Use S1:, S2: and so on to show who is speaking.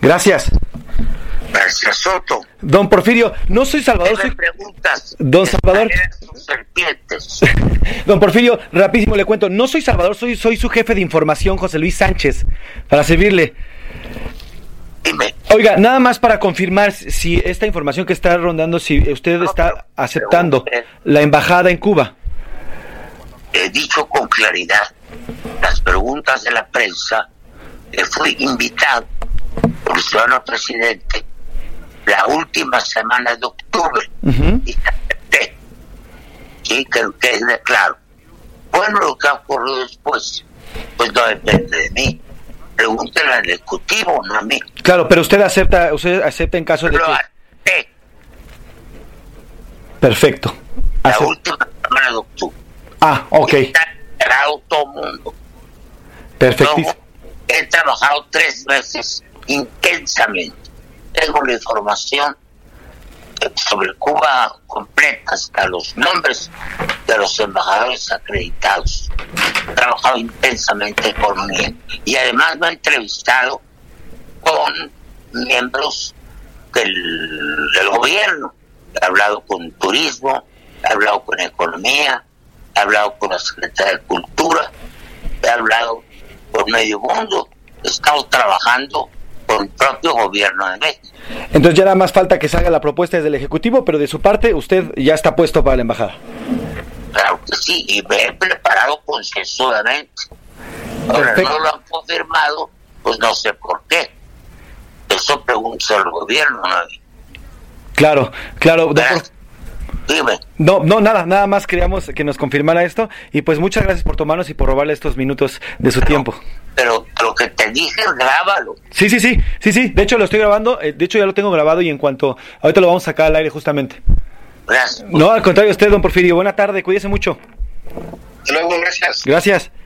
S1: Gracias.
S2: García Soto.
S1: Don Porfirio, no soy Salvador.
S2: ¿Qué me
S1: soy-
S2: preguntas?
S1: Don Salvador.
S2: Estaré en sus serpientes.
S1: Don Porfirio, rapidísimo le cuento. No soy Salvador, soy, soy su jefe de información, José Luis Sánchez, para servirle.
S2: Dime.
S1: Oiga, nada más para confirmar si esta información que está rondando, si usted está aceptando la embajada en Cuba.
S2: he dicho con claridad las preguntas de la prensa, que fui invitado por el ciudadano presidente la última semana de octubre
S1: Ujú.
S2: y acepté. Sí, creo que es claro. Bueno, lo que ha ocurrido después, pues no depende de mí. Pregúntale al Ejecutivo, no a mí.
S1: Claro, pero usted acepta, usted acepta en caso de
S2: Lo
S1: que...
S2: acepté
S1: Perfecto.
S2: la
S1: Acep-
S2: última semana de octubre.
S1: Ah, ok.
S2: Está enterado todo el mundo.
S1: Perfectísimo.
S2: No, he trabajado tres meses intensamente. Tengo la información eh, sobre Cuba completa, hasta los nombres de los embajadores acreditados. He trabajado intensamente con él y además me he entrevistado con miembros del, del gobierno. He hablado con turismo, he hablado con economía, he hablado con la Secretaría de Cultura, he hablado con medio mundo. He estado trabajando con el propio gobierno de México.
S1: Entonces ya nada más falta que salga la propuesta desde el Ejecutivo, pero de su parte usted ya está puesto para la embajada.
S2: Claro que sí, y me he preparado concienzudamente. Ahora
S1: Perfecto.
S2: no lo han confirmado, pues no sé por qué. Eso pregunta al gobierno. ¿no?
S1: Claro, claro. don Por-
S2: Dime.
S1: No, no, nada, nada más queríamos que nos confirmara esto y pues muchas gracias por tomarnos y por robarle estos minutos de su tiempo.
S2: Pero lo que te dije, grábalo.
S1: Sí, sí, sí, sí, sí, de hecho lo estoy grabando, eh, de hecho ya lo tengo grabado y en cuanto, ahorita lo vamos a sacar al aire justamente.
S2: Gracias.
S1: No, al contrario, usted, don Porfirio, buena tarde, cuídese mucho.
S2: Luego, gracias.
S1: Gracias.